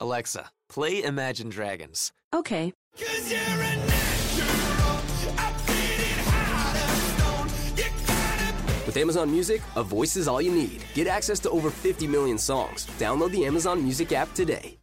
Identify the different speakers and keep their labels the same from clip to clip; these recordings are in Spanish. Speaker 1: Alexa, play Imagine Dragons.
Speaker 2: Okay.
Speaker 3: Cause you're a natural. I'm getting hotter. Stone, you gotta
Speaker 4: With Amazon Music, a voice is all you need. Get access to over 50 million songs. Download the Amazon Music app today.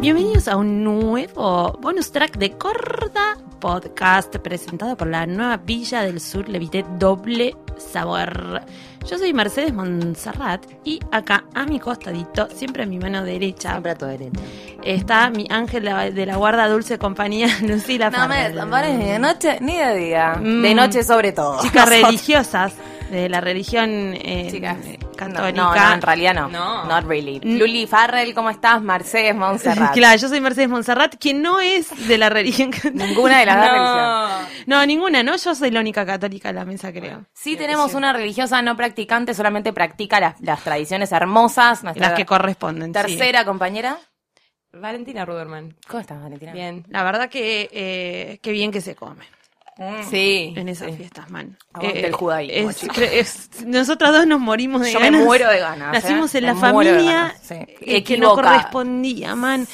Speaker 5: Bienvenidos a un nuevo bonus track de Corda Podcast presentado por la nueva Villa del Sur Levité Doble Sabor. Yo soy Mercedes Monserrat y acá a mi costadito, siempre a mi mano derecha,
Speaker 2: Siempre a tu derecha.
Speaker 5: está mi ángel de la- de la guarda dulce compañía, Lucila
Speaker 6: No me eh.
Speaker 5: Farrell.
Speaker 6: desampares ni de noche ni de día.
Speaker 5: Mm.
Speaker 6: De noche sobre todo.
Speaker 5: Chicas religiosas de la religión eh,
Speaker 6: Chicas.
Speaker 5: católica.
Speaker 6: No, no, en realidad no.
Speaker 5: No.
Speaker 6: Not really.
Speaker 5: Mm.
Speaker 6: Luli Farrell, ¿cómo estás? Mercedes Montserrat.
Speaker 5: Claro, yo soy Mercedes Monserrat, quien no es de la religión católica.
Speaker 6: Ninguna de las dos
Speaker 5: No.
Speaker 6: religiones.
Speaker 5: No, ninguna, ¿no? Yo soy la única católica de la mesa, creo.
Speaker 6: Sí, tenemos una religiosa no practicante, solamente practica las, las tradiciones hermosas. Nuestra
Speaker 5: Las que corresponden. sí.
Speaker 6: tercera compañera.
Speaker 7: Valentina Ruderman.
Speaker 6: ¿Cómo estás, Valentina?
Speaker 7: Bien.
Speaker 5: La verdad que eh, qué bien que se come
Speaker 6: Mm.
Speaker 7: Sí.
Speaker 5: en esas fiestas, man. Eh,
Speaker 6: Aguante el judaísmo,
Speaker 5: es-
Speaker 6: chicos.
Speaker 5: cre- es- nosotras dos nos morimos de
Speaker 6: Yo me
Speaker 5: ganas.
Speaker 6: muero de ganas,
Speaker 5: Nacimos
Speaker 6: ¿eh?
Speaker 5: en
Speaker 6: Me
Speaker 5: la
Speaker 6: muero de
Speaker 5: familia
Speaker 6: ganas, sí.
Speaker 5: eh, que no
Speaker 6: Equivocada.
Speaker 5: correspondía, man.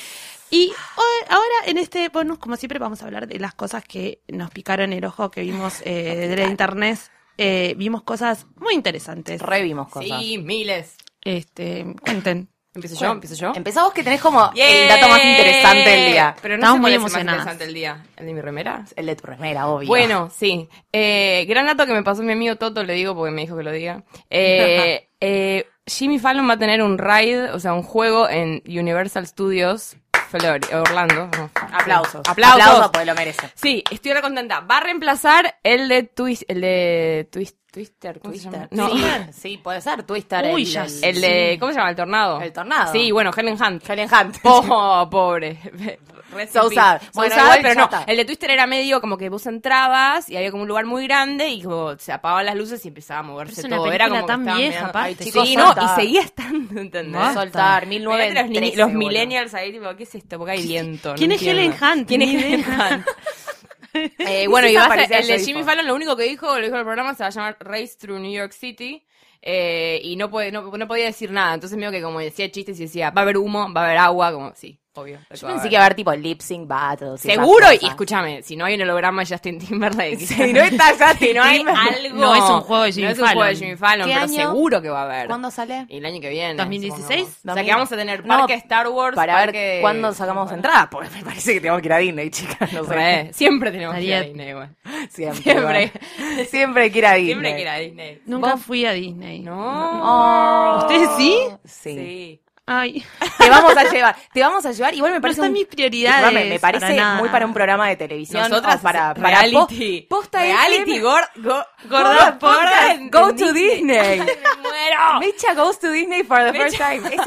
Speaker 5: Y ho- ahora en este bonus, como siempre, vamos a hablar de las cosas que nos picaron el ojo que vimos eh, de la internet. Eh, vimos cosas muy interesantes.
Speaker 6: Revimos cosas.
Speaker 7: Sí, miles.
Speaker 5: Este, cuenten.
Speaker 7: ¿Empiezo yo? ¿Empiezo yo?
Speaker 6: Empezamos que tenés como
Speaker 7: ¡Yay!
Speaker 6: em, el dato más interesante del día.
Speaker 7: Pero no
Speaker 5: Estamos
Speaker 7: sé
Speaker 5: muy
Speaker 7: cuál es el más
Speaker 5: emocionadas.
Speaker 7: interesante el día. ¿El de mi remera?
Speaker 6: El de tu remera, obvio.
Speaker 7: Bueno, sí. Eh, gran dato que me pasó mi amigo Toto, le digo porque me dijo que lo diga. Eh, eh, Jimmy Fallon va a tener un raid, o sea, un juego en Universal Studios, Flor- Orlando. No.
Speaker 6: aplausos.
Speaker 7: Aplausos.
Speaker 6: porque lo merece.
Speaker 7: Sí, estoy ahora contenta. Va a reemplazar el de Twist, el de Twist, Twister, ¿cómo se llama?
Speaker 6: Twister.
Speaker 7: No.
Speaker 6: Sí, sí, puede ser Twister.
Speaker 5: Uy,
Speaker 6: el,
Speaker 5: ya
Speaker 6: el-
Speaker 5: sé.
Speaker 7: El de, ¿cómo se llama? El tornado.
Speaker 6: El tornado.
Speaker 7: Sí, bueno, Helen Hunt.
Speaker 6: Helen Hunt.
Speaker 7: Po- pobre.
Speaker 6: So sad. Bueno,
Speaker 7: Bueno, sad,
Speaker 6: igual ya
Speaker 7: pero no.
Speaker 6: está.
Speaker 7: El de Twister era medio como que vos entrabas y había como un lugar muy grande y como se apagaban las luces y empezaba a moverse
Speaker 5: Pero es una
Speaker 7: todo. Era
Speaker 5: película
Speaker 7: como
Speaker 5: tan
Speaker 7: que estaban
Speaker 5: vieja,
Speaker 7: mirando-
Speaker 5: aparte.
Speaker 7: Ay,
Speaker 6: Chicos,
Speaker 7: Sí, no, y
Speaker 6: solta.
Speaker 7: seguía estando, ¿entendés?
Speaker 5: Basta.
Speaker 6: Soltar,
Speaker 7: Imagínate los,
Speaker 6: 1913.
Speaker 7: ni- los
Speaker 6: boludo.
Speaker 7: millennials ahí, tipo, ¿qué es esto? Porque hay viento. no
Speaker 5: ¿Quién es
Speaker 7: entiendo.
Speaker 5: Helen Hunt?
Speaker 7: ¿Quién es
Speaker 5: Ni
Speaker 7: Helen
Speaker 5: idea.
Speaker 7: Hunt? Eh, bueno, y
Speaker 6: Esa
Speaker 7: vas a-
Speaker 6: parecía
Speaker 7: el de
Speaker 6: yo,
Speaker 7: Jimmy
Speaker 6: tipo.
Speaker 7: Fallon lo único que dijo, lo dijo en el programa, se va a llamar Race Through New York City. eh, y no, puede, no, no podía decir nada. Entonces, medio que como decía chistes y decía, va a haber humo, va a haber agua, como, sí, obvio. lo
Speaker 6: Yo pensé
Speaker 7: va a haber.
Speaker 6: que iba a haber tipo lip sync battles. y esas
Speaker 7: Seguro, y
Speaker 6: cosas.
Speaker 7: escúchame, si no hay un holograma de Justin Timberlake.
Speaker 6: Si no está Justin
Speaker 7: si no hay
Speaker 6: Timberlake.
Speaker 7: algo.
Speaker 5: No es un juego de Jimmy
Speaker 7: No es un juego de
Speaker 5: Fallon.
Speaker 7: Jimmy Fallon,
Speaker 6: ¿Qué
Speaker 7: pero
Speaker 6: año?
Speaker 7: seguro que va a haber.
Speaker 6: ¿Cuándo sale?
Speaker 7: El año que viene.
Speaker 5: 2016?
Speaker 7: supongamos. O sea, que vamos a tener
Speaker 6: No,
Speaker 7: parque Star Wars,
Speaker 6: Para
Speaker 7: parque-
Speaker 6: ver cuándo sacamos entrada, porque me parece que tenemos que ir a Disney, chicas. No sé.
Speaker 7: Re, Siempre tenemos que ir a
Speaker 5: Estaría-
Speaker 7: Disney, igual.
Speaker 6: Siempre.
Speaker 7: Siempre.
Speaker 6: bueno. Siempre que ir a Disney.
Speaker 7: Siempre que ir a Disney.
Speaker 5: Nunca fui a Disney.
Speaker 7: No.
Speaker 6: Oh.
Speaker 5: ¿Ustedes sí?
Speaker 6: Sí.
Speaker 7: Sí.
Speaker 5: Ay.
Speaker 6: Te vamos a llevar. Te vamos a llevar. Igual me parece.
Speaker 5: están
Speaker 6: un-
Speaker 5: mis prioridades,
Speaker 6: Disculpame, Me parece
Speaker 5: para nada.
Speaker 6: muy para un programa de televisión.
Speaker 7: Nosotras
Speaker 6: o para, para
Speaker 7: es
Speaker 6: po-
Speaker 7: reality.
Speaker 6: posta
Speaker 7: reality
Speaker 6: FM.
Speaker 7: gor- go-
Speaker 6: Gorda Podcast,
Speaker 7: gorda porra
Speaker 6: Go
Speaker 7: en
Speaker 6: to Disney.
Speaker 7: Me muero.
Speaker 6: Mecha goes to Disney for the first
Speaker 7: Mecha.
Speaker 6: time. Es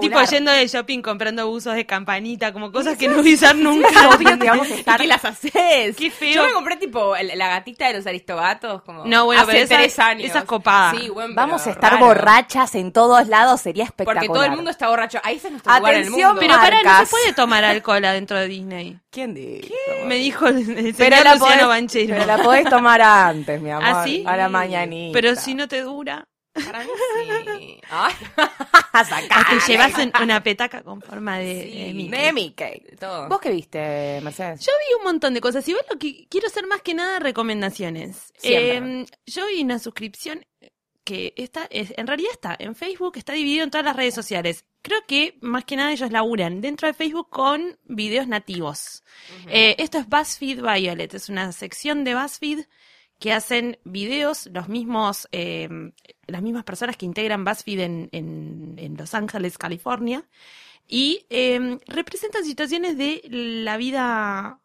Speaker 5: Yo tipo yendo de shopping comprando buzos de campanita, como cosas que no voy a usar nunca.
Speaker 6: Obvio que vamos a
Speaker 7: ¿Y
Speaker 6: estar.
Speaker 7: ¿Qué las haces?
Speaker 5: Qué feo.
Speaker 7: Yo me compré tipo el- la gatita de los aristogatos como
Speaker 5: No, bueno,
Speaker 7: hace
Speaker 5: pero esa-
Speaker 7: tres años.
Speaker 5: esa es copada.
Speaker 7: Sí, bueno,
Speaker 6: Vamos a
Speaker 7: pero
Speaker 6: estar
Speaker 7: raro.
Speaker 6: borrachas en todos lados. Sería espectacular.
Speaker 7: Porque todo el mundo está borracho. Ahí está nuestro lugar en el
Speaker 6: Atención,
Speaker 7: mundo. Ah,
Speaker 5: Pero pará, no se
Speaker 6: Marcas.
Speaker 5: puede tomar alcohol adentro de Disney.
Speaker 6: ¿Quién dice?
Speaker 5: Me dijo el, el
Speaker 6: Pero
Speaker 5: señor
Speaker 6: la,
Speaker 5: Luciano
Speaker 6: podés,
Speaker 5: Banchero.
Speaker 6: pero la podés tomar antes, mi amor.
Speaker 5: ¿Ah, sí?
Speaker 6: A la mañanita.
Speaker 5: Pero si no te dura.
Speaker 7: Para mí sí. Ay,
Speaker 6: A sacar.
Speaker 5: O te llevas en- una petaca con forma de,
Speaker 7: Sí.
Speaker 5: de Mickey.
Speaker 6: De Mickey.
Speaker 7: todo.
Speaker 6: ¿Vos qué viste, Mercedes?
Speaker 5: Yo vi un montón de cosas. Igual lo que quiero hacer más que nada recomendaciones.
Speaker 6: Siempre.
Speaker 5: Eh, yo vi una suscripción que está, es- en realidad está en Facebook, está dividido en todas las redes sociales. Creo que más que nada ellos laburan dentro de Facebook con videos nativos. Eh, esto es BuzzFeed Violet, es una sección de BuzzFeed que hacen videos, los mismos, eh, las mismas personas que integran BuzzFeed en, en- en Los Ángeles, California, y eh, representan situaciones de la vida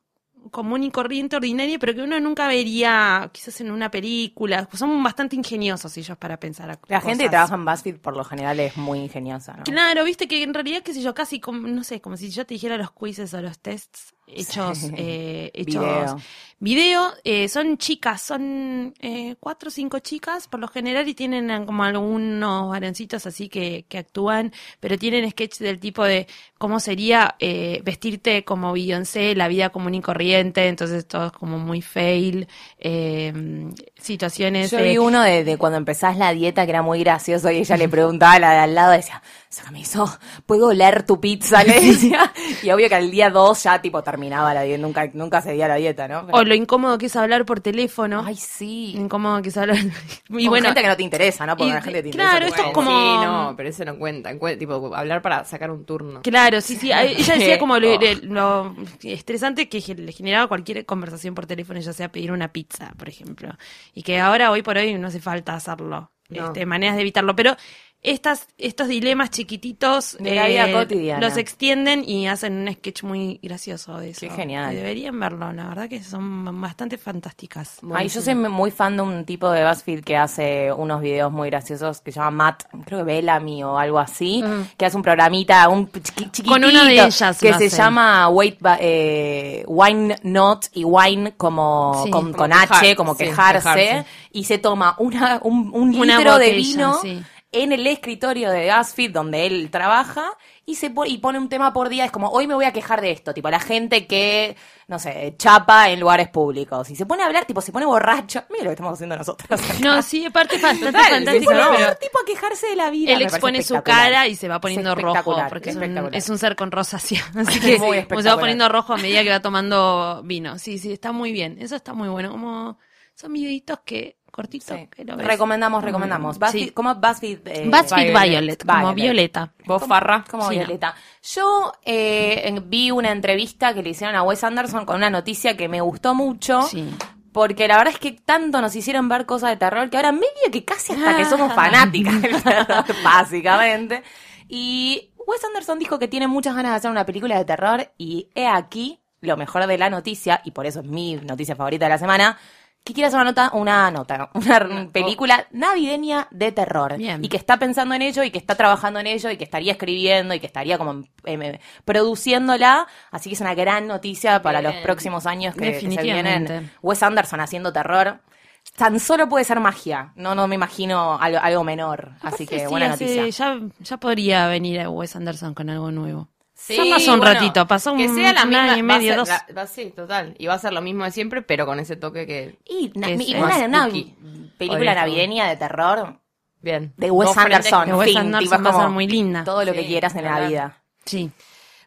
Speaker 5: común y corriente, ordinaria, pero que uno nunca vería quizás en una película. Son bastante ingeniosos ellos para pensar. a
Speaker 6: La gente que
Speaker 5: cosas.
Speaker 6: trabaja en BuzzFeed por lo general es muy ingeniosa, ¿no?
Speaker 5: Claro, viste que en realidad, qué sé yo, casi como, no sé, como si yo te dijera los quizzes o los tests hechos, eh, hechos
Speaker 6: Video.
Speaker 5: video, eh, son chicas, son eh, cuatro o cinco chicas por lo general y tienen eh, como algunos varoncitos así que, que actúan, pero tienen sketch del tipo de cómo sería eh, vestirte como Beyoncé, la vida común y corriente, entonces todo es como muy fail, eh, situaciones...
Speaker 6: Yo
Speaker 5: eh,
Speaker 6: vi uno de, de cuando empezás la dieta que era muy gracioso y ella le preguntaba a la de al lado, decía, se me hizo, ¿puedo oler tu pizza? Le decía. Y obvio que al día dos ya tipo terminaba la dieta, nunca, nunca seguía la dieta, ¿no? Pero-
Speaker 5: o lo incómodo que es hablar por teléfono.
Speaker 6: Ay, sí.
Speaker 5: incómodo que se habla. Y
Speaker 6: Con
Speaker 5: bueno,
Speaker 6: gente que no te interesa, ¿no? Porque
Speaker 5: y-
Speaker 6: la gente te
Speaker 5: claro,
Speaker 6: interesa.
Speaker 5: esto es como-
Speaker 7: Sí, no, pero eso no cuenta. cuen- tipo, hablar para sacar un turno.
Speaker 5: claro, sí, sí. ahí- Ella decía como lo,
Speaker 7: Oh.
Speaker 5: lo estresante que le generaba cualquier conversación por teléfono, ya sea pedir una pizza, por ejemplo. Y que ahora, hoy por hoy, no hace falta hacerlo.
Speaker 7: No.
Speaker 5: Este, maneras de evitarlo. Pero estas, estos dilemas chiquititos eh,
Speaker 6: De la vida cotidiana.
Speaker 5: los extienden y hacen un sketch muy gracioso de eso.
Speaker 6: Qué genial.
Speaker 5: Y deberían verlo, la verdad que son bastante fantásticas.
Speaker 6: Ay, yo soy muy fan de un tipo de BuzzFeed que hace unos videos muy graciosos que se llama Matt, creo que Bellamy o algo así, que hace un programita, un chiqui- chiquitito,
Speaker 5: Con una de ellas
Speaker 6: que
Speaker 5: lo
Speaker 6: se
Speaker 5: hace.
Speaker 6: llama Wait, Ba- eh, Wine Not y Wine como
Speaker 5: Sí,
Speaker 6: con,
Speaker 5: como
Speaker 6: con
Speaker 7: quejar-
Speaker 6: H, como
Speaker 7: sí,
Speaker 6: quejarse,
Speaker 7: quejarse.
Speaker 6: y se toma una, un, un litro
Speaker 5: Una
Speaker 6: de
Speaker 5: botella,
Speaker 6: vino
Speaker 5: sí.
Speaker 6: en el escritorio de BuzzFeed donde él trabaja y se pone, y pone un tema por día. Es como, hoy me voy a quejar de esto. Tipo, la gente que, no sé, chapa en lugares públicos. Y se pone a hablar, tipo, se pone borracho. Mira lo que estamos haciendo nosotros. acá.
Speaker 5: No, sí, aparte es bastante
Speaker 6: Total, se
Speaker 5: fantástico.
Speaker 6: pone a
Speaker 5: pero-
Speaker 6: otro tipo a quejarse de la vida.
Speaker 5: Él
Speaker 6: Me parece
Speaker 5: expone su
Speaker 6: espectacular.
Speaker 5: cara y se va poniendo
Speaker 6: Es
Speaker 5: rojo,
Speaker 6: espectacular,
Speaker 5: porque es un,
Speaker 6: espectacular.
Speaker 5: es un ser con rosácea. Así
Speaker 6: Es
Speaker 5: que
Speaker 6: muy
Speaker 5: como se va
Speaker 6: espectacular.
Speaker 5: poniendo rojo a medida que va tomando vino. Sí, sí, está muy bien. Eso está muy bueno. Como son videitos que cortitos
Speaker 6: Sí.
Speaker 5: que lo ves.
Speaker 6: Recomendamos, recomendamos.
Speaker 5: Mm,
Speaker 6: BuzzFeed,
Speaker 5: sí.
Speaker 6: ¿Cómo BuzzFeed? eh,
Speaker 5: BuzzFeed Violet,
Speaker 7: Violet,
Speaker 5: como
Speaker 6: Violet.
Speaker 5: Violeta.
Speaker 7: ¿Vos, Farra?
Speaker 6: como
Speaker 5: Sí, no.
Speaker 6: Violeta. Yo eh, en- vi una entrevista que le hicieron a Wes Anderson con una noticia que me gustó mucho.
Speaker 5: Sí.
Speaker 6: Porque la verdad es que tanto nos hicieron ver cosas de terror que ahora medio que casi hasta que somos fanáticas del terror, básicamente. Y Wes Anderson dijo que tiene muchas ganas de hacer una película de terror y he aquí lo mejor de la noticia, y por eso es mi noticia favorita de la semana, que quiere hacer una nota, una nota, una película navideña de terror.
Speaker 5: Bien.
Speaker 6: Y que está pensando en ello y que está trabajando en ello y que estaría escribiendo y que estaría como em, em, produciéndola. Así que es una gran noticia para los próximos años que, que se vienen.
Speaker 5: Definitivamente.
Speaker 6: Wes Anderson haciendo terror. Tan solo puede ser magia. No, no me imagino algo, algo menor. Así
Speaker 5: Aparte,
Speaker 6: que
Speaker 5: sí,
Speaker 6: buena
Speaker 5: hace-
Speaker 6: noticia.
Speaker 5: Ya, ya podría venir a Wes Anderson con algo nuevo.
Speaker 7: Sí,
Speaker 5: ya pasó un
Speaker 7: bueno,
Speaker 5: ratito, pasó un,
Speaker 7: que sea la
Speaker 5: un
Speaker 7: misma,
Speaker 5: año y
Speaker 7: va a
Speaker 5: medio,
Speaker 7: ser
Speaker 5: dos.
Speaker 7: la- va- sí, total. Y va a ser lo mismo de siempre, pero con ese toque que.
Speaker 6: Y, na-
Speaker 5: Que es-
Speaker 6: y
Speaker 5: es
Speaker 6: una,
Speaker 7: más
Speaker 6: una
Speaker 7: spooky.
Speaker 6: película
Speaker 7: Obvio.
Speaker 6: navideña de terror
Speaker 7: Bien.
Speaker 6: de Wes
Speaker 7: Dos frentes
Speaker 6: Anderson.
Speaker 5: Que Wes
Speaker 6: fin,
Speaker 5: Anderson
Speaker 6: tipo, es
Speaker 5: va a ser
Speaker 6: como
Speaker 5: muy linda.
Speaker 6: Todo lo que
Speaker 7: Sí,
Speaker 6: quieras en la
Speaker 7: verdad.
Speaker 6: vida.
Speaker 5: Sí.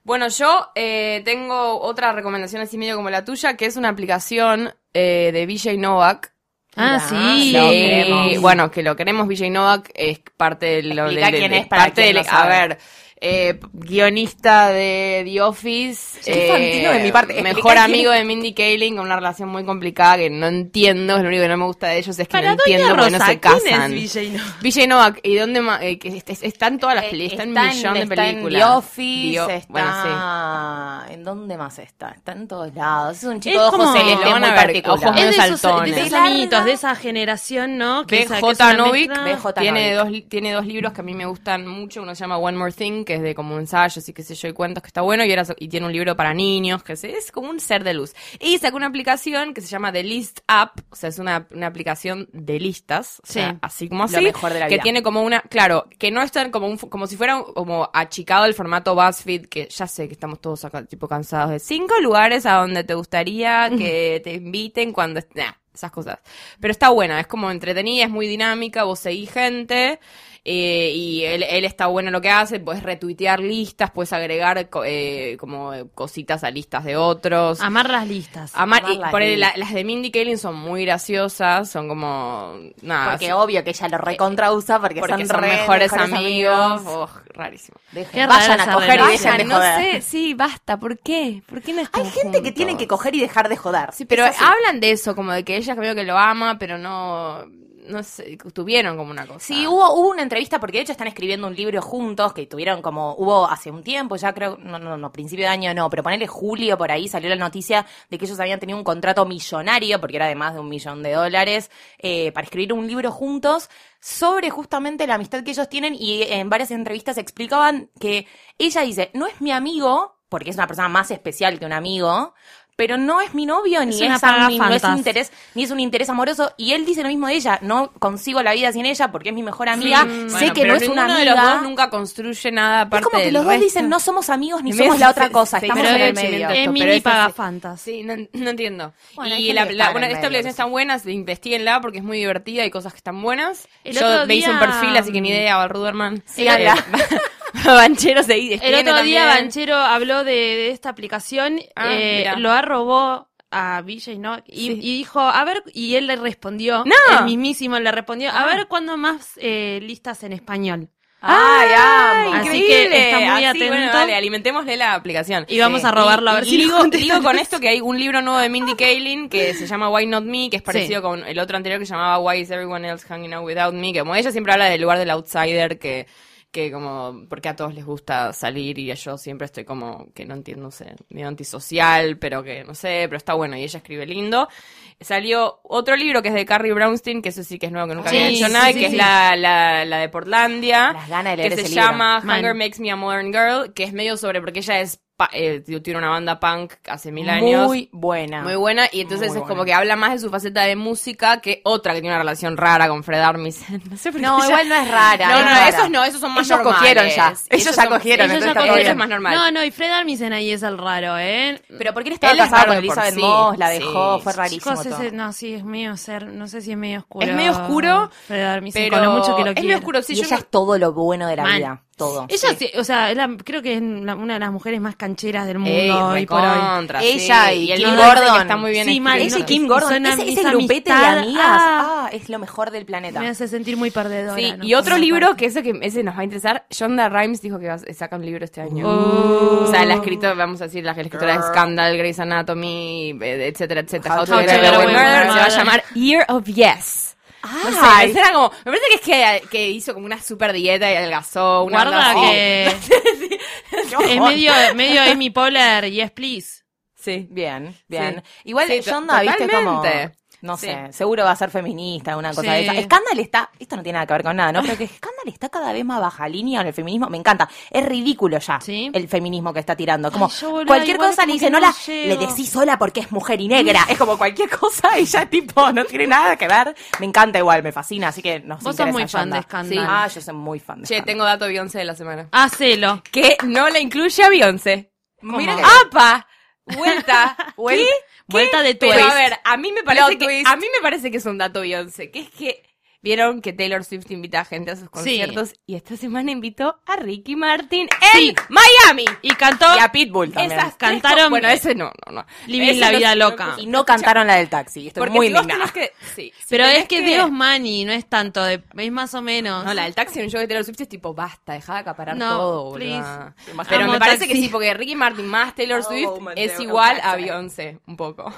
Speaker 7: Bueno, yo eh, tengo otra recomendación así medio como la tuya, que es una aplicación eh, de VJ Novak.
Speaker 5: Ah,
Speaker 6: Mirá,
Speaker 5: sí.
Speaker 6: lo
Speaker 7: Eh,
Speaker 6: queremos.
Speaker 7: bueno, que lo queremos, VJ Novak es parte del...
Speaker 6: Explica quién es para
Speaker 7: parte
Speaker 6: quien
Speaker 7: del-
Speaker 6: no
Speaker 7: A
Speaker 6: sabe.
Speaker 7: ver, eh, guionista de The Office. eh,
Speaker 6: Soy Fantino de mi parte. Explica
Speaker 7: Mejor
Speaker 6: quién
Speaker 7: amigo de Mindy Kaling, con una relación muy complicada que no entiendo, es lo único que no me gusta de ellos, es que no
Speaker 5: Para
Speaker 7: entiendo
Speaker 5: Doña
Speaker 7: porque
Speaker 5: Rosa,
Speaker 7: no se casan.
Speaker 5: ¿quién es VJ Novak?
Speaker 7: VJ Novak, ¿y dónde ma- eh, que est- est- están todas las
Speaker 6: Eh,
Speaker 7: películas? Está en
Speaker 6: está
Speaker 7: un millón de
Speaker 6: está en
Speaker 7: películas.
Speaker 6: The Office,
Speaker 7: Dio-
Speaker 6: está...
Speaker 7: Bueno, sí.
Speaker 6: ¿En dónde más está? Está en todos lados. Es un chico
Speaker 5: Es
Speaker 6: de ojos
Speaker 5: como-
Speaker 6: celestes
Speaker 7: lo van
Speaker 6: muy
Speaker 7: a ver,
Speaker 6: particular.
Speaker 7: ojos
Speaker 5: Es de esos,
Speaker 7: saltones.
Speaker 5: de esos
Speaker 6: De larga.
Speaker 5: amiguitos, de esa generación, ¿no? Que sa- que es
Speaker 7: BJ
Speaker 5: una
Speaker 7: Novik
Speaker 5: mezcla.
Speaker 6: BJ.
Speaker 7: tiene
Speaker 6: Novik.
Speaker 7: dos, li- tiene dos libros que a mí me gustan mucho. Uno se llama One More Thing, que es de como ensayos y qué sé yo, y cuentos que está bueno. Y, ahora so- y tiene un libro para niños, que es, es como un ser de luz. Y sacó una aplicación que se llama The List App. O sea, es una, una aplicación de listas. o
Speaker 5: Sí.
Speaker 7: sea, así como así.
Speaker 6: Lo mejor de la
Speaker 7: que
Speaker 6: vida.
Speaker 7: tiene como una. Claro, que no es tan como, un, f- como si fuera un- como achicado el formato BuzzFeed, que ya sé que estamos todos acá, tipo cansados de cinco lugares a donde te gustaría que te inviten cuando. est- nah, esas cosas. Pero está buena, es como entretenida, es muy dinámica, vos seguís gente. eh, y él, él está bueno en lo que hace, puedes retuitear listas, puedes agregar co- eh, como cositas a listas de otros.
Speaker 5: Amar las listas.
Speaker 7: Amar-
Speaker 6: amar
Speaker 7: y
Speaker 6: las
Speaker 7: ponele, la-
Speaker 6: listas.
Speaker 7: las de Mindy Kaling son muy graciosas, son como... Nada,
Speaker 6: Porque
Speaker 7: así-
Speaker 6: obvio que ella lo recontra usa Eh, porque, son,
Speaker 7: porque son,
Speaker 6: re
Speaker 7: mejores, amigos. Ugh, rarísimo.
Speaker 6: Dejen-
Speaker 5: Qué rara
Speaker 6: vayan a
Speaker 5: esa
Speaker 6: coger y
Speaker 5: relación.
Speaker 6: dejen de
Speaker 5: Dejan
Speaker 7: no
Speaker 6: joder.
Speaker 7: sé, sí, basta. ¿Por qué? ¿Por qué no están
Speaker 6: Hay gente que
Speaker 7: juntos?
Speaker 6: tiene que coger y dejar de joder.
Speaker 7: Sí, pero
Speaker 6: Es así.
Speaker 7: hablan de eso, como de que ella creo que lo ama, pero no. No sé, tuvieron como una cosa.
Speaker 6: Sí, hubo, hubo una entrevista, porque de hecho están escribiendo un libro juntos, que tuvieron como, hubo hace un tiempo, ya creo, no, no, no, principio de año no, pero ponele julio por ahí salió la noticia de que ellos habían tenido un contrato millonario, porque era de más de un millón de dólares, eh, para escribir un libro juntos sobre justamente la amistad que ellos tienen y en varias entrevistas explicaban que ella dice, no es mi amigo, porque es una persona más especial que un amigo, pero no es mi novio, ni
Speaker 5: una
Speaker 6: es, a- ni- no es
Speaker 5: pagafantas.
Speaker 6: un interés, ni es un interés amoroso. Y él dice lo mismo de ella, no consigo la vida sin ella porque es mi mejor amiga, sé
Speaker 7: Mm, Bueno,
Speaker 6: que
Speaker 7: pero
Speaker 6: no es una
Speaker 7: ninguno
Speaker 6: amiga.
Speaker 7: de los dos nunca construye nada aparte
Speaker 6: es como que
Speaker 7: del
Speaker 6: los dos
Speaker 7: resto.
Speaker 6: dicen no somos amigos ni
Speaker 7: Me
Speaker 6: somos la
Speaker 7: hace-
Speaker 6: otra cosa,
Speaker 7: sí,
Speaker 6: estamos
Speaker 7: pero
Speaker 6: en el
Speaker 7: es
Speaker 6: medio.
Speaker 7: chimentero.
Speaker 5: Emi
Speaker 7: pero
Speaker 5: ni
Speaker 7: es así.
Speaker 5: paga fantas.
Speaker 7: Sí, no, no entiendo.
Speaker 6: Bueno, hay
Speaker 7: y
Speaker 6: gente
Speaker 7: la,
Speaker 6: que
Speaker 7: la-
Speaker 6: está
Speaker 7: bueno,
Speaker 6: en el
Speaker 7: esta
Speaker 6: medio,
Speaker 7: aplicación
Speaker 6: no sé.
Speaker 7: está buena, investiguenla porque es muy divertida, hay cosas que están buenas.
Speaker 5: El
Speaker 7: Yo
Speaker 5: otro
Speaker 7: me hice un
Speaker 5: día,
Speaker 7: perfil, así que ni idea, Ruderman. Eh,
Speaker 6: Sí, habla.
Speaker 7: Banchero se El
Speaker 5: El otro día Banchero habló de, de esta aplicación,
Speaker 7: Ah,
Speaker 5: eh,
Speaker 7: mirá.
Speaker 5: lo arrobó a Villa y no y,
Speaker 7: Sí.
Speaker 5: y dijo, a ver, y él le respondió,
Speaker 7: No. Ah.
Speaker 5: el mismísimo le respondió, a ver cuándo más eh, listas en español.
Speaker 6: Ay, amo.
Speaker 5: Así que está muy
Speaker 7: Así, bueno,
Speaker 5: atento.
Speaker 7: dale, alimentémosle la aplicación.
Speaker 5: Y vamos
Speaker 6: Sí.
Speaker 5: a robarlo a
Speaker 7: Y-
Speaker 5: ver
Speaker 7: y
Speaker 5: si lo
Speaker 7: digo,
Speaker 5: contesta.
Speaker 7: digo con esto que hay un libro nuevo de Mindy Kaling que se llama Why Not Me, que es
Speaker 5: Sí.
Speaker 7: parecido con el otro anterior que se llamaba Why Is Everyone Else Hanging Out Without Me, que como ella siempre habla del lugar del outsider que que como porque a todos les gusta salir y yo siempre estoy como que no entiendo, no sé, medio antisocial, pero que no sé, pero está bueno y ella escribe lindo. Salió otro libro que es de Carrie Brownstein, que eso sí que es nuevo, que nunca
Speaker 5: Sí,
Speaker 7: había hecho
Speaker 5: sí,
Speaker 7: nada,
Speaker 5: sí,
Speaker 7: que
Speaker 5: sí.
Speaker 7: es la, la, la de Portlandia,
Speaker 6: Las ganas de leer
Speaker 7: que se
Speaker 6: ese libro.
Speaker 7: llama
Speaker 5: Man.
Speaker 7: Hunger Makes Me a Modern Girl, que es medio sobre, porque ella es pa- eh, tiene una banda punk hace mil años.
Speaker 6: Muy buena.
Speaker 7: Muy buena, y entonces
Speaker 6: Muy
Speaker 7: es como
Speaker 6: buena.
Speaker 7: que habla más de su faceta de música que otra que tiene una relación rara con Fred Armisen. No sé por qué
Speaker 6: No,
Speaker 7: ella-
Speaker 6: igual no es rara.
Speaker 7: No,
Speaker 6: es
Speaker 7: no,
Speaker 6: rara.
Speaker 7: esos no, esos son más
Speaker 6: Ellos
Speaker 7: normales.
Speaker 6: cogieron ya. Ellos ya cogieron,
Speaker 7: son- ellos
Speaker 6: entonces
Speaker 7: ya
Speaker 6: está todo
Speaker 7: cogieron,
Speaker 6: bien.
Speaker 7: es más normal.
Speaker 5: No, no, y Fred Armisen ahí es el raro, ¿eh?
Speaker 6: Pero porque él estaba
Speaker 7: Él es
Speaker 6: casado
Speaker 7: raro
Speaker 6: con
Speaker 7: de por
Speaker 6: Elizabeth
Speaker 7: sí.
Speaker 6: Moss, la
Speaker 7: Sí.
Speaker 6: dejó, fue rarísimo.
Speaker 5: Chicos,
Speaker 6: todo.
Speaker 5: ese, no, sí, es medio ser, no sé si es medio oscuro.
Speaker 7: Es medio oscuro,
Speaker 5: Fred Armisen,
Speaker 7: Pero
Speaker 5: con lo mucho que lo
Speaker 7: es
Speaker 5: quiero.
Speaker 7: medio oscuro, sí,
Speaker 6: y
Speaker 7: yo
Speaker 6: ella
Speaker 7: me-
Speaker 6: es todo lo bueno de la
Speaker 5: Man.
Speaker 6: vida. Todo.
Speaker 5: Ella, sí, o sea, es la- creo que es la- una de las mujeres más cancheras del mundo
Speaker 7: Ey,
Speaker 5: hoy por hoy.
Speaker 7: recontra,
Speaker 6: Ella
Speaker 7: sí.
Speaker 6: y
Speaker 7: el
Speaker 6: Kim
Speaker 7: libro dicen que
Speaker 6: Gordon.
Speaker 7: Está muy bien
Speaker 5: Sí, mal,
Speaker 6: Ella
Speaker 7: escrito.
Speaker 6: y
Speaker 5: no,
Speaker 6: Kim
Speaker 5: y
Speaker 6: Gordon,
Speaker 5: son am-
Speaker 6: ese, ese
Speaker 5: esa
Speaker 6: grupete de
Speaker 5: amistad,
Speaker 6: amigas, ah,
Speaker 5: ah.
Speaker 6: es lo mejor del planeta.
Speaker 5: Me hace sentir muy perdedora.
Speaker 7: Sí,
Speaker 5: ¿no?
Speaker 7: y otro
Speaker 5: Por
Speaker 7: libro
Speaker 5: una
Speaker 7: que ese que ese nos va a interesar, Shonda Rhimes dijo que va a- saca un libro este año.
Speaker 5: Oh.
Speaker 7: O sea, la escritora, vamos a decir, la escritora de Scandal, Grey's Anatomy, eh, etcétera, etcétera.
Speaker 6: How
Speaker 7: How
Speaker 6: to
Speaker 7: to
Speaker 5: Get
Speaker 7: Get
Speaker 5: Away with
Speaker 7: Away with Murder, se va a
Speaker 5: Murder.
Speaker 7: llamar Year of Yes. No sé,
Speaker 6: Ah, Ay.
Speaker 7: era como, me parece que es que, que hizo como una super dieta y adelgazó. Una
Speaker 5: Guarda
Speaker 7: onda así.
Speaker 5: que es medio, medio Amy Poehler, yes please.
Speaker 7: Sí.
Speaker 6: Bien, bien. Igual
Speaker 7: Sí, to-
Speaker 6: Shonda, viste como...
Speaker 7: totalmente.
Speaker 6: No
Speaker 7: Sí.
Speaker 6: sé, seguro va a ser feminista, una cosa
Speaker 5: Sí.
Speaker 6: de esa. Escándal está, esto no tiene nada que ver con nada, ¿no? Pero que Escándal está cada vez más baja línea en el feminismo, me encanta. Es ridículo ya
Speaker 5: Sí.
Speaker 6: el feminismo que está tirando. Como
Speaker 5: Ay, yo, boluda,
Speaker 6: cualquier
Speaker 5: igual
Speaker 6: cosa
Speaker 5: como que
Speaker 6: le dicen,
Speaker 5: no
Speaker 6: hola, le
Speaker 5: llego".
Speaker 6: decís sola porque es mujer y negra. es como cualquier cosa y ya tipo, no tiene nada que ver. Me encanta igual, me fascina, así que nos
Speaker 5: Vos sos
Speaker 6: interesa
Speaker 5: muy fan
Speaker 6: Shonda.
Speaker 5: de Scandal.
Speaker 6: Sí. Ah, yo soy muy fan de
Speaker 7: Che,
Speaker 6: Scandal.
Speaker 7: tengo dato Beyoncé de la semana.
Speaker 5: Hacelo.
Speaker 7: Que no la incluye a Beyoncé.
Speaker 6: Mira que-
Speaker 7: ¡Apa! Vuelta, vuelta.
Speaker 5: Ah, Vuelta de
Speaker 7: Pero
Speaker 5: twist.
Speaker 7: a ver, a mí me parece
Speaker 6: Plot
Speaker 7: que
Speaker 6: twist.
Speaker 7: a mí me parece que es un dato Beyoncé, que es que vieron que Taylor Swift invita a gente a sus conciertos y esta semana invitó a Ricky Martin en
Speaker 5: Sí.
Speaker 7: Miami.
Speaker 5: Y cantó
Speaker 6: Y a Pitbull también.
Speaker 7: Esas tres
Speaker 5: Cantaron-
Speaker 7: co- bueno, ese no, no, no.
Speaker 5: Living
Speaker 7: Ese
Speaker 5: la
Speaker 7: no-
Speaker 5: vida
Speaker 7: no-
Speaker 5: loca.
Speaker 6: Y no cantaron la del taxi, estoy
Speaker 7: Porque
Speaker 6: muy
Speaker 7: si vos
Speaker 6: indignada.
Speaker 7: tenés que- sí, si
Speaker 5: Pero
Speaker 7: tenés
Speaker 5: es que Dios Manny no es tanto de, es más o menos.
Speaker 7: No, la del taxi en un show de Taylor Swift es tipo, basta, dejá de acaparar
Speaker 5: No,
Speaker 7: todo, boluda.
Speaker 5: please.
Speaker 7: Pero
Speaker 5: Amo
Speaker 7: me parece
Speaker 5: taxi.
Speaker 7: que sí, porque Ricky Martin más Taylor
Speaker 6: Oh,
Speaker 7: Swift
Speaker 6: my
Speaker 7: es
Speaker 6: dear,
Speaker 7: igual a
Speaker 6: exacto.
Speaker 7: Beyoncé, un poco.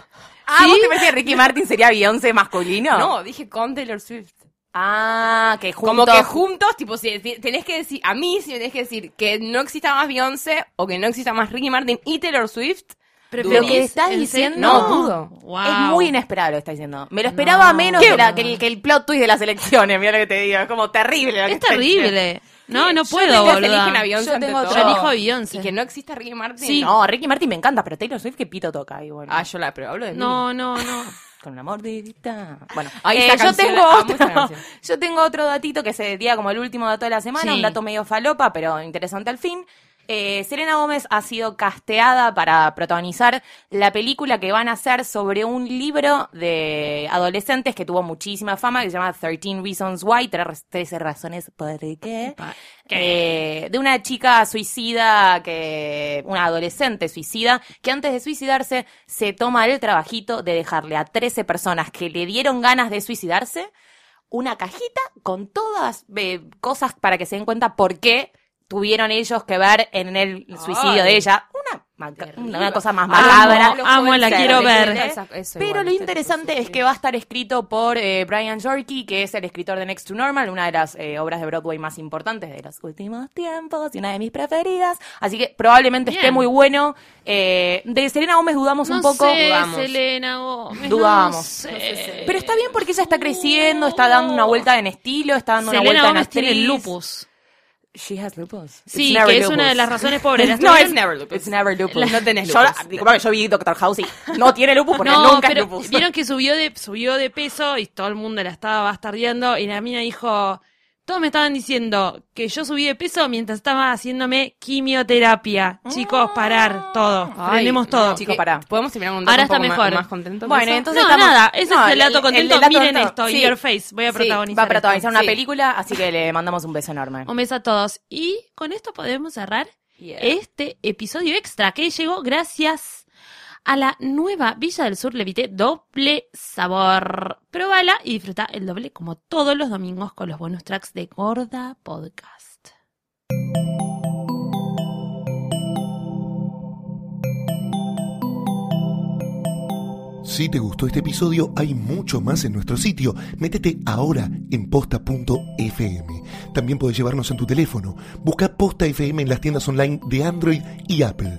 Speaker 6: Ah, ¿vos te parece que Ricky Martin sería Beyoncé masculino?
Speaker 7: No, dije con Taylor Swift.
Speaker 6: Ah, que juntos.
Speaker 7: Como que juntos, tipo, si si tenés que decir, a mí si me tenés que decir que no exista más Beyoncé o que no exista más Ricky Martin y Taylor Swift,
Speaker 5: Preferís-
Speaker 6: Lo que estás
Speaker 5: ¿en
Speaker 6: diciendo
Speaker 5: serio?
Speaker 7: No, dudo.
Speaker 5: Wow.
Speaker 6: es muy inesperado lo que estás diciendo. Me lo esperaba menos que, la- que el, que el plot twist de las elecciones, mira lo que te digo. Es como terrible. lo que
Speaker 5: Es
Speaker 6: está diciendo.
Speaker 5: terrible. No, no
Speaker 7: yo creo
Speaker 5: puedo,
Speaker 7: que eligen a
Speaker 5: boluda.
Speaker 7: Beyoncé
Speaker 6: Yo
Speaker 7: ante
Speaker 6: tengo
Speaker 7: todo.
Speaker 5: Yo elijo a Beyoncé.
Speaker 7: Y que no exista Ricky Martin.
Speaker 5: Sí.
Speaker 6: No, Ricky Martin me encanta, pero Taylor Swift que pito toca igual.
Speaker 7: Ah, yo la pero hablo de mí.
Speaker 5: No, no, no.
Speaker 6: Con una mordidita. Bueno,
Speaker 7: Ay,
Speaker 6: eh,
Speaker 7: esa
Speaker 6: yo,
Speaker 7: canción,
Speaker 6: tengo
Speaker 7: amo esa
Speaker 6: otro,
Speaker 7: canción.
Speaker 6: yo tengo otro datito que se diría como el último dato de la semana,
Speaker 5: Sí.
Speaker 6: un dato medio falopa, pero interesante al fin. Eh, Selena Gómez ha sido casteada para protagonizar la película que van a hacer sobre un libro de adolescentes que tuvo muchísima fama, que se llama 13 Reasons Why, tres- 13 razones por qué. Eh, de una chica suicida, que una adolescente suicida, que antes de suicidarse se toma el trabajito de dejarle a 13 personas que le dieron ganas de suicidarse una cajita con todas eh, cosas para que se den cuenta por qué tuvieron ellos que ver en el suicidio de ella. Una, maca- una cosa
Speaker 7: Ah,
Speaker 6: más macabra.
Speaker 5: Amo, amo, la quiero ver.
Speaker 6: Pero lo interesante es que va a estar escrito por eh, Brian Jorky, que es el escritor de Next to Normal, una de las eh, obras de Broadway más importantes de los últimos tiempos y una de mis preferidas. Así que probablemente
Speaker 5: Bien.
Speaker 6: esté muy bueno. Eh, de Serena Gómez dudamos un poco.
Speaker 5: sé,
Speaker 6: Dudamos.
Speaker 5: Selena Gómez,
Speaker 6: Dudamos.
Speaker 5: no sé.
Speaker 6: Pero está bien porque ella está creciendo, está dando una vuelta en estilo, está dando una
Speaker 5: Selena
Speaker 6: vuelta en
Speaker 5: Gómez tiene
Speaker 6: actriz.
Speaker 5: lupus.
Speaker 6: She has lupus.
Speaker 5: Sí, que es una de las razones pobres. Las
Speaker 6: no,
Speaker 5: tuvieron-
Speaker 6: it's never lupus.
Speaker 7: It's never lupus. No tenés
Speaker 6: Yo,
Speaker 7: lupus.
Speaker 6: disculpame, yo vi Doctor House y no tiene lupus porque
Speaker 5: No,
Speaker 6: nunca
Speaker 5: pero
Speaker 6: es lupus.
Speaker 5: vieron que subió de, subió de peso y todo el mundo la estaba bastardeando y la mina dijo, todos me estaban diciendo que yo subí de peso mientras estaba haciéndome quimioterapia. Chicos, parar todo,
Speaker 7: Ay,
Speaker 5: frenemos todo. Eh,
Speaker 7: no,
Speaker 6: Chico, pará.
Speaker 7: Podemos terminar un dato
Speaker 5: Ahora
Speaker 7: un poco
Speaker 5: está
Speaker 7: ma-
Speaker 5: mejor.
Speaker 7: más contento.
Speaker 6: Bueno,
Speaker 7: quizá?
Speaker 6: entonces
Speaker 5: no,
Speaker 6: estamos-
Speaker 5: nada, ese
Speaker 6: no,
Speaker 5: es el dato
Speaker 6: el-
Speaker 5: contento.
Speaker 6: el dato
Speaker 5: Miren
Speaker 6: contento.
Speaker 5: esto, in
Speaker 6: Sí.
Speaker 5: your face. Voy a
Speaker 7: Sí,
Speaker 5: protagonizar.
Speaker 6: Va a protagonizar
Speaker 5: esto.
Speaker 6: una
Speaker 7: Sí.
Speaker 6: película, así que le mandamos un beso enorme.
Speaker 5: Un beso a todos. Y con esto podemos cerrar
Speaker 7: Yeah.
Speaker 5: este episodio extra que llegó gracias a la nueva Villa del Sur Levité Doble Sabor. Probala y disfruta el doble como todos los domingos con los bonus tracks de Gorda Podcast.
Speaker 2: Si te gustó este episodio, hay mucho más en nuestro sitio. Métete ahora en posta.fm. También puedes llevarnos en tu teléfono. Busca Posta FM en las tiendas online de Android y Apple.